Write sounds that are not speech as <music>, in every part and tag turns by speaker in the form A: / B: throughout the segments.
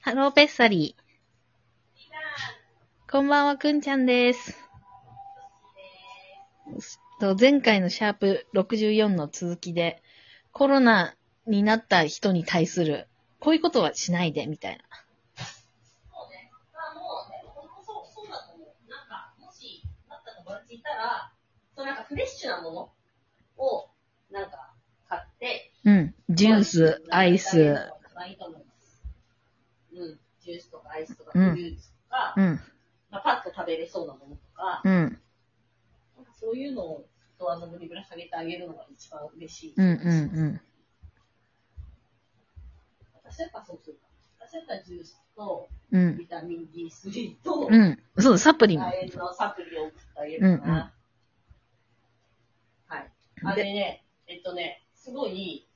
A: ハローペッサリー。こんばんは、くんちゃんです。と前回のシャープ64の続きで、コロナになった人に対する、こういうことはしないで、みたいな。
B: そうね。まあもう、でも本当そう、そうだと思う。なんか、もし、なった友達いたら、そうなんかフレッシュなものを、なんか、買って、
A: うん。ジュース、アイス、。
B: まあいいと思います。うん。ジュースとかアイスとかフ
A: うん
B: ルーツとか、
A: うん、
B: まあ、パッと食べれそうなものとか、
A: うん、
B: なんかそういうのを、ドアノブにぶら下げてあげるのが一番嬉しい。
A: うん、うん、
B: 私やっぱそうするか。私やったらジュースと、
A: うん。うん
B: ビタミン D3 と、
A: うん。そう、サプリも
B: 楕。円のサプリを送ってあげるかな。はい。あれね、えっとね、すごい、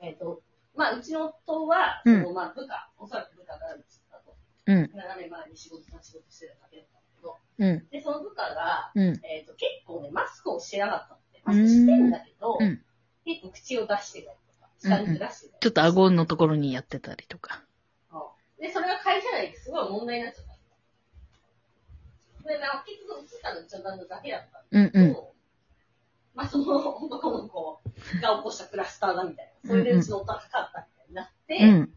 B: えっと、まあ、うちの夫は、
A: うん
B: そのまあ、部下、おそらく部下がうちだと、
A: うん、
B: 7年前に仕事の仕事してただけだったんだけど、
A: うん、
B: で、その部下が、
A: うん、
B: えっと、結構ね、マスクをしてなかったので、マスクしてんだけど、
A: うん。
B: 結構口を出してたりとか、下に出してたり
A: ちょっと顎のところにやってたりとか。
B: そうで、それが会社内ですごい問題になっちゃった。で、まあ、結局映ったのうちの旦那だけだったんだけど
A: うん、うん、
B: まあ、その男の子が起こしたクラスターだみたいな。それでうちの夫がかかったみたいになって、
A: うん、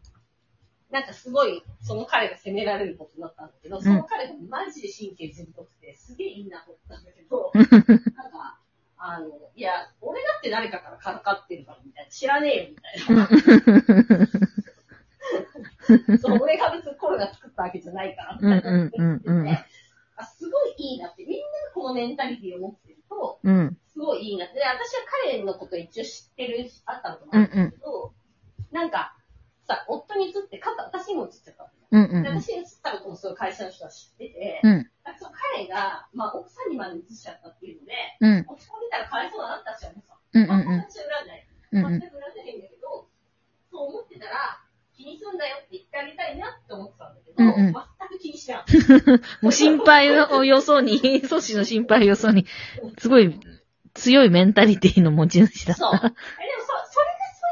B: なんかすごい、その彼が責められることになったんだけど、その彼がマジで神経鋭くて、すげえいいなと思ったんだけ
A: <laughs>
B: ど、なんか、あの、いや、俺だって誰かからかかってるからみたいな、知らねえよみ
A: <laughs>
B: たいな。そう俺が別にコロナ作ったわけじゃないから、み
A: うん、
B: た
A: う
B: いな
A: ん、うん、うん、
B: あすごいいいなって、みんなこのメンタリティを持ってると、
A: うん、
B: すごいいいなって。で、私は彼のこと一応知ってるし、あったのかもあるんだけど、なんか、さ、夫に移って、か私にも移っちゃったわけ
A: うん、
B: で
A: うん、
B: 私に移ったこともそういう会社の人は知ってて、
A: うん、
B: なんかその彼が、まあ、奥さんにまで移しちゃったっていうので、
A: うん、
B: 落ち込んでたらかわいそうだなって私は思った。
A: うん、うん、
B: まあ、
A: うん、
B: 私は恨んでない。
A: うん、
B: 全く恨んでないんだけど、そう思ってたら、気にすんだよって言ってあげたいなって思ってたんだけど、
A: うんうん
B: 全く気に
A: <laughs>
B: しなかった。
A: もう心配をよそに、阻止の心配をよそに、すごい強いメンタリティの持ち主だ。
B: そう。えでもそ、それがそ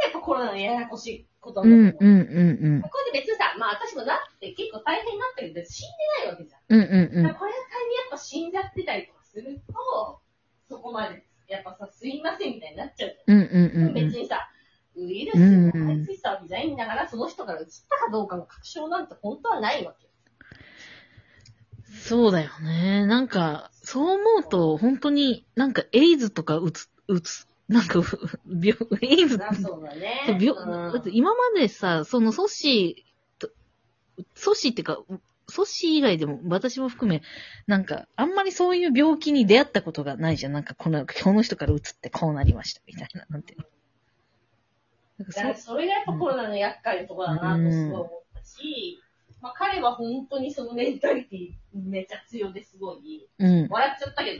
B: うやっぱコロナのややこしいことだ
A: う
B: と思
A: ん、
B: う。
A: うん、うん、
B: これで別にさ、まあ私もなって結構大変になってるけど、死んでないわけじゃん。
A: うん、うん、うん、う
B: だ
A: ん
B: からこれが仮にやっぱ死んじゃってたりとかすると、そこまで、やっぱさ、すいませんみたいになっちゃうじ、
A: うん、
B: ゃん。
A: うん、
B: 別にさ、ウイルスに入ってたわけじゃないんだから、その人から移ったかどうかの確証なんて本当はないわけよ。
A: そうだよね。なんか、そう思うと、本当になんかエイズとかうつ、うつ、なんか、病、エイズ
B: なそうだね。
A: そうびょ
B: うん
A: だって今までさ、そのソシーと、ソシーってか、ソシー以外でも私も含め、なんか、あんまりそういう病気に出会ったことがないじゃん。なんか、この、この人から移ってこうなりました、みたいな、なんていうの。なんか
B: だから
A: そ
B: それがやっぱコロナの厄介なところだなとすごい思ったし、まあ彼は本当にそのメンタリティめちゃ強いですごい、
A: うん。
B: 笑っちゃったけ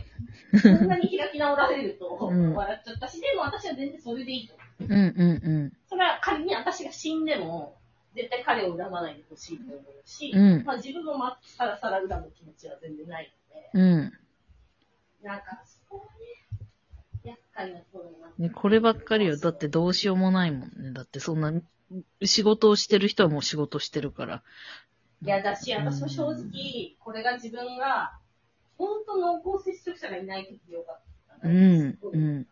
B: ど、こんなに開き直られると、
A: うん
B: 笑っちゃったし、でも私は全然それでいいと思う。
A: うんう
B: それは仮に私が死んでも、絶対彼を恨まないでほしいと思うし、
A: んうん。うん。
B: まあ自分もまさらさら恨む気持ちは全然ないので、
A: うん。
B: なんかそこはね、厄介なところだな。
A: ね、こればっかりよ。だってどうしようもないもんね。だってそんな、仕事をしてる人はもう仕事してるから。
B: いや、だし、私も正直、これが自分が、本当濃厚接触者がいない時でよかった
A: う
B: な。
A: ん、うん、
B: で、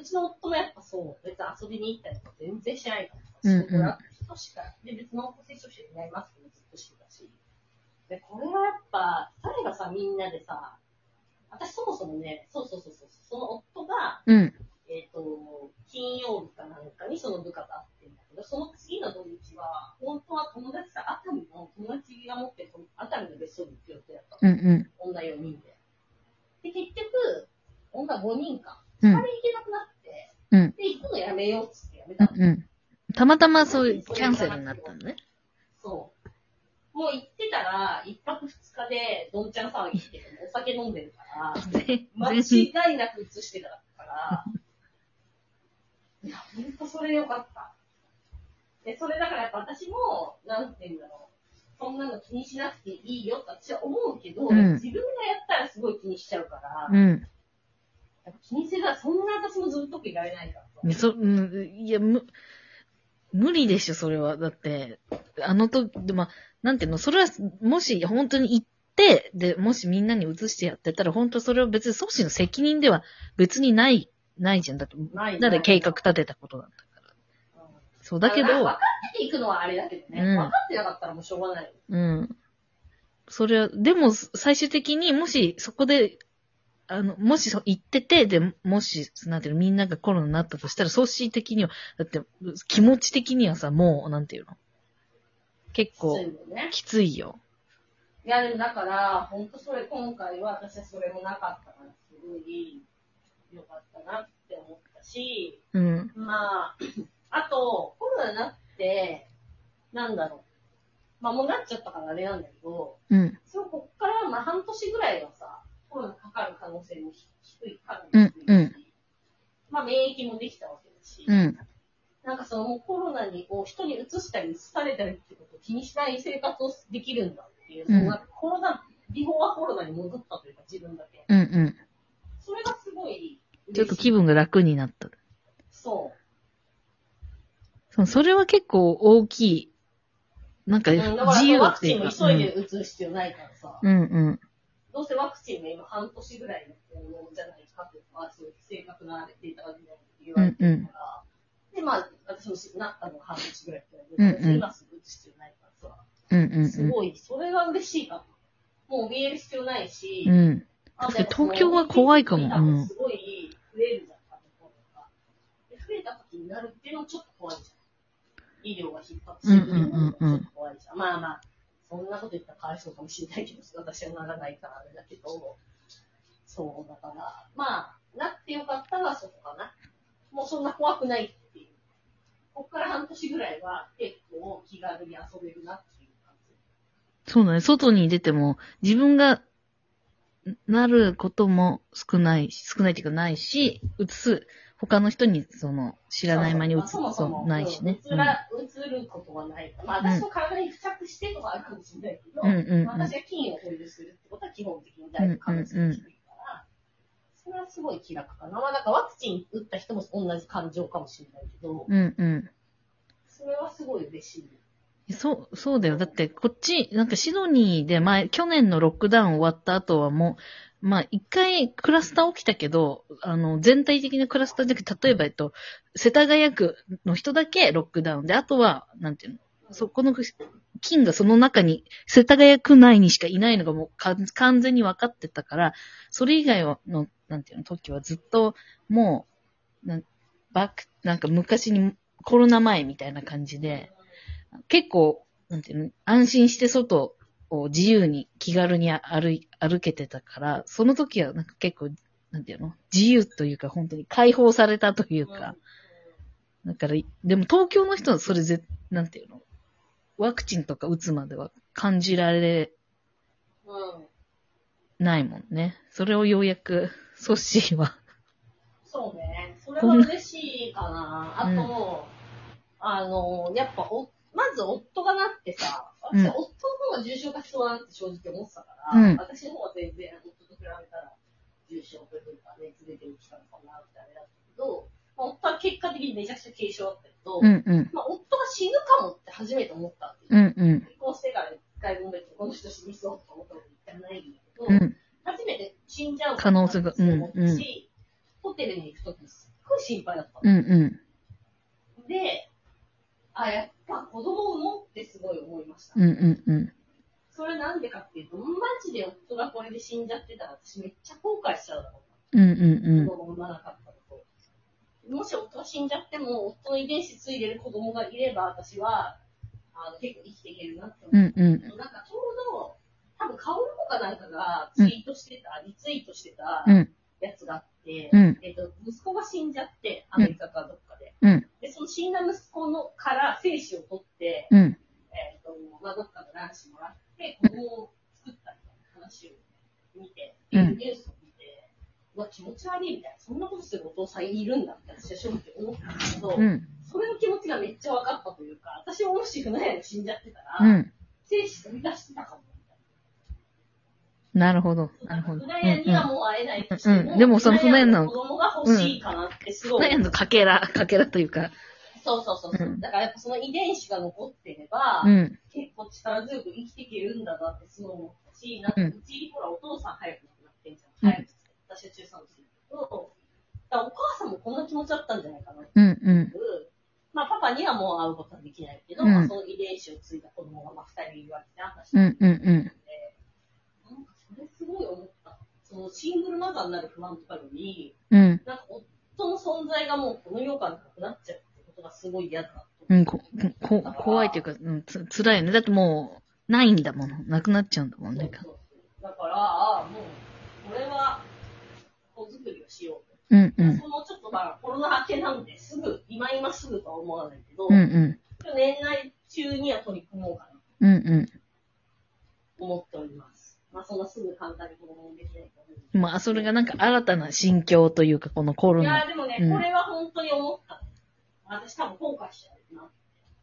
B: うちの夫もやっぱそう、別に遊びに行ったりとか全然しないから、
A: うん
B: 仕事な人しか、で、別に濃厚接触者いないマスクもずっとしてたし。で、これはやっぱ、誰がさ、みんなでさ、私そもそもね、そうそうそうそう、その夫が、
A: うん、
B: えっ、と、金曜日かなんかにその部下が会ってんだけど、その次の土日は、本当は友達さ、熱海の友達が持ってる熱海の別荘に行く予定だったの
A: うん、うん、
B: 女4人で。で、結局、女5人か。
A: う
B: あ
A: ん
B: れ行、けなくなって、
A: うん
B: で、行くのやめようっつってやめたの。
A: うん。たまたまそういうキャンセルになったのね。
B: そう。もう行ってたら、1泊2日で、どんちゃん騒ぎしてるのお酒飲んでるから、
A: <laughs> 全
B: 間
A: 全身
B: 違いなく映してたから、いや、ほんとそれよかった。で、それだからやっぱ私も、なんていうんだろう、そんなの気にしなくていいよって私は思うけど、
A: うん
B: 自分がやったらすごい気にしちゃうから、
A: うん。
B: やっぱ気にせざるそんな私もずっとくいられないからさ。
A: ねそ、うん、いや、む、無理でしょ、それは。だって、あのと、でまあ、なんていうの、それは、もし本当に行って、で、もしみんなに移してやってたら、本当それは別に組織の責任では別にない、ないじゃん。だって、
B: ない
A: だって計画立てたことなんだから。そうだけ
B: まあ
A: ど
B: 分か、ってていくのはあれだけど
A: う
B: ね。
A: ん
B: 分かってなかったらもうしょうがない。
A: うん。それは、でも、最終的にもしそこで、あの、もしそう行ってて、で、もし、なんていうの、みんながコロナになったとしたら、組織的には、だって、気持ち的にはさ、もう、なんていうの。結
B: そうい
A: 構、
B: うのね。
A: きついよ。
B: いや、でもだから、本当それ、今回は私はそれもなかったから、すごい良かったなって思ったし、
A: うん。
B: まあ、 <clears throat> あと、コロナになって、なんだろう。まあもうなっちゃったからあれなんだけど、
A: うん。
B: そう、こっから、まあ半年ぐらいはさ、コロナかかる可能性も低いから、
A: うんうん
B: まあ免疫もできたわけだし、
A: うん。
B: なんかそのコロナにこう人に移したり移されたりってことを気にしない生活をできるんだっていう、
A: うん
B: そのなんかコロナ、ビフォーはコロナに戻ったというか自分だけ。
A: うんうん。
B: それがすごい嬉しい。
A: ちょっと気分が楽になった。
B: そ
A: そうそれは結構大きい。なんか、
B: う。う
A: 自
B: んだからそ
A: 由
B: の
A: だっ
B: ワク
A: て
B: チ
A: い
B: ン
A: う
B: も
A: か。
B: 急いで打つ必要ないからさ、
A: うんうん。
B: どうせワクチンも今半年ぐらいのものじゃないかっていうのは、そういう正確なデータが出ないって言われてるから、で、まあ、私もなったのが半年ぐらいだったので、
A: うんうん
B: 今すぐ打つ必要ないからさ。
A: うんうん
B: すごい、それが嬉しいかも。もう怯える必要ないし、
A: うん。うん。
B: あ
A: 確かに東京は怖いかも
B: でそのすごい増えるじゃん、かとか。で増えた時になるっていうのはちょっと怖いじゃん。医療が逼迫するっていうのはちょっと怖いじゃん。まあまあ、そんなこと言ったらかわいそうかもしれないけど、私はならないからあれだけど、そうだから、まあ、なってよかったらそこかな。もうそんな怖くないっていう。こっから半年ぐらいは結構気軽に遊べるなっていう感じ。
A: そうだね。外に出ても、自分が、なることも少ないし、少ないっていうかないし、移す、他の人に、その、知らない間に移す
B: そも
A: こ
B: そ
A: と
B: も
A: ないしね。
B: うつら、移ることはない。まあ、私の体に付着してとかあるかもしれないけど、
A: うんうんうん
B: 私が菌を保有するってことは基本的にだいぶ可能性が低いから、それはすごい気楽かな。まあ、なんかワクチン打った人も同じ感情かもしれないけど、
A: うんうん
B: それはすごい嬉しい。
A: そう、そうだよ。だって、こっち、なんかシドニーで前、去年のロックダウン終わった後はもう、まあ、一回クラスター起きたけど、あの、全体的なクラスターじゃなくて、例えば、えっと、世田谷区の人だけロックダウンで、あとは、なんていうのそこの菌がその中に、世田谷区内にしかいないのがもうか完全に分かってたから、それ以外はの、なんていうの、時はずっと、もう、なんバック、なんか昔に、コロナ前みたいな感じで、結構、なんていうの、安心して外を自由に気軽に歩い歩けてたから、その時はなんか結構、なんていうの、自由というか本当に解放されたというか、だから、でも東京の人はそれぜ、なんていうのワクチンとか打つまでは感じられ
B: うん。うん。
A: ないもんね。それをようやく、ソッシーは。
B: そうね。それは嬉しいかな。あ
A: こんな
B: と、あの、やっぱお、まず夫がなってさ、
A: うん
B: 私は夫の方が重症化しそうだなって正直思ってたから、
A: うん
B: 私の方は全然夫と比べたら重症というか、熱出てる期間かなってあれだったけど、まあ夫は結果的にめちゃくちゃ軽症だったけど、
A: うんうん。
B: まあ、夫が死ぬかもって初めて思ったわけ
A: う
B: よ
A: んうん。
B: 結婚してから一回もこの人死にそうと思ったこと一回もないんだけど、
A: うん。
B: 初めて死んじゃう
A: 可能性がうん
B: 思ったし、ホテルに行くときすっごい心配だった
A: う
B: の、
A: んうん。
B: で、あ、やっぱ子供を産もうってすごい思いました。
A: うんうんうん。
B: それなんでかっていうと、マジで夫がこれで死んじゃってたら私めっちゃ後悔しちゃうだろ
A: うん
B: うな。
A: う
B: 子供産まなかったこと。もし夫が死んじゃっても、夫の遺伝子ついでる子供がいれば、私は、あの、結構生きていけるなって思っ
A: ん。うんうん。
B: なんかちょうど、多分顔の子かなんかがツイートしてた、リツイートしてた
A: うん
B: やつがあって、
A: うん
B: えっと、息子が死んじゃって、アメリカかどっかで。
A: うん
B: で、その死んだ息子のから精子を取って、
A: うん。
B: えっと、まあ、どっかの卵子もらって、子供を作ったみたいな話を見て、っていうニュースを見て、うわ、気持ち悪いみたいな、そんなことするお父さんいるんだって私は正直思ったんだけど、
A: うん。
B: それの気持ちがめっちゃ分かったというか、私はもし船屋で死んじゃってたら、
A: うん。
B: 精子取り出してたかも。
A: なるほど。な
B: な
A: る
B: る
A: ほ
B: ほ
A: ど。
B: ど。
A: うん
B: 船屋にはもう会えないとして
A: うんうんでもその船屋の
B: 子供が欲しいかなってすごい。
A: うん。のかけら、かけらというか、
B: そうそうそう。
A: うん
B: だからやっぱその遺伝子が残ってれば、
A: うん。
B: 結構力強く生きていけるんだなってすごい思ったし、なんか
A: うん
B: うち、ほら、お父さん早く亡くなってんじゃ
A: うん
B: ん。早く、私は中3の時だけど、だからお母さんもこんな気持ちだったんじゃないかなって
A: うん。うん。
B: いう。まあ、パパにはもう会うことはできないけど、
A: うん
B: まあ、その遺伝子を継いだ子供がまあ2人いるわけで、話
A: うん。うん。うん。
B: なんかそれすごい思った。そのシングルマザーになる不安とかより、
A: うん。
B: なんか夫の存在がもうこの世からなくなっちゃうってことがすごい嫌だなと
A: う
B: 思
A: ん、
B: って
A: こ、こ、怖いというか、うん、つ、辛いよね。だってもう、ないんだもの。なくなっちゃうんだもんね。
B: そうそうそうだから、ああもう、これは、子作りをしよう
A: うん、
B: と。
A: うん。
B: そのちょっとまあ、コロナ明けなんで、すぐ、今今すぐとは思わないけど、
A: うん、うん。
B: 年内中には取り組もうかな
A: うん、う
B: と思っております。まあ、そんなすぐ簡単に子供もできないと思うんで
A: ん。まあ、それがなんか新たな心境というか、このコロ
B: いや
A: ナ。
B: ーでもね、
A: うん
B: これは本当に思った。私多分後悔しちゃうな。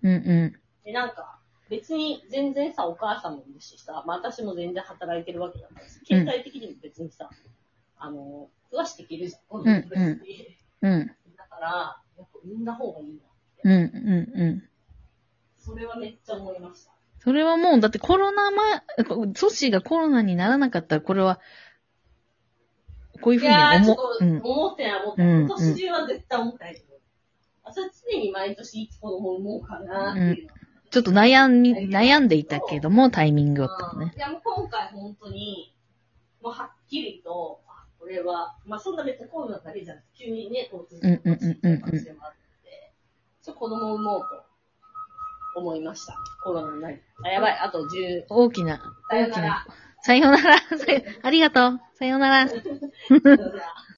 A: うん、う
B: で、なんか、別に全然さ、お母さんもいるしさ、まあ私も全然働いてるわけだからさ、経済的にも別にさ、あの、食わしていけるじゃん、この別
A: うんん。
B: に。
A: うん、
B: <laughs> だから、やっぱ産んだ方がいいな。
A: うん、うん、うん。
B: それはめっちゃ思いました。
A: それはもう、だってコロナ前、ソシがコロナにならなかったら、これは、こういうふうに
B: ーち
A: 思
B: ょっと
A: う。うん。
B: 思ってない、思ってな
A: う
B: い。
A: ん
B: 今年中は絶対思ってないけど。私は常に毎年いつ子供産もうかなっていうのは
A: ちょっと悩み、悩んでいたけども、タイミングをと
B: うん
A: ね。
B: いや、もう今回本当に、もうはっきりと、あこれは、まあそんな別にコロナだけじゃなくて、急にね、こう、
A: うんうんうんうんうん
B: 感じでもあって、ちょっと子供を産もうと思いました。コロナになり。あ、やばい、あと10、
A: 大きな、
B: さよ
A: 大き
B: な
A: な
B: ら。。
A: <laughs> さようなら。さよありがとう。さようなら。
B: さよなら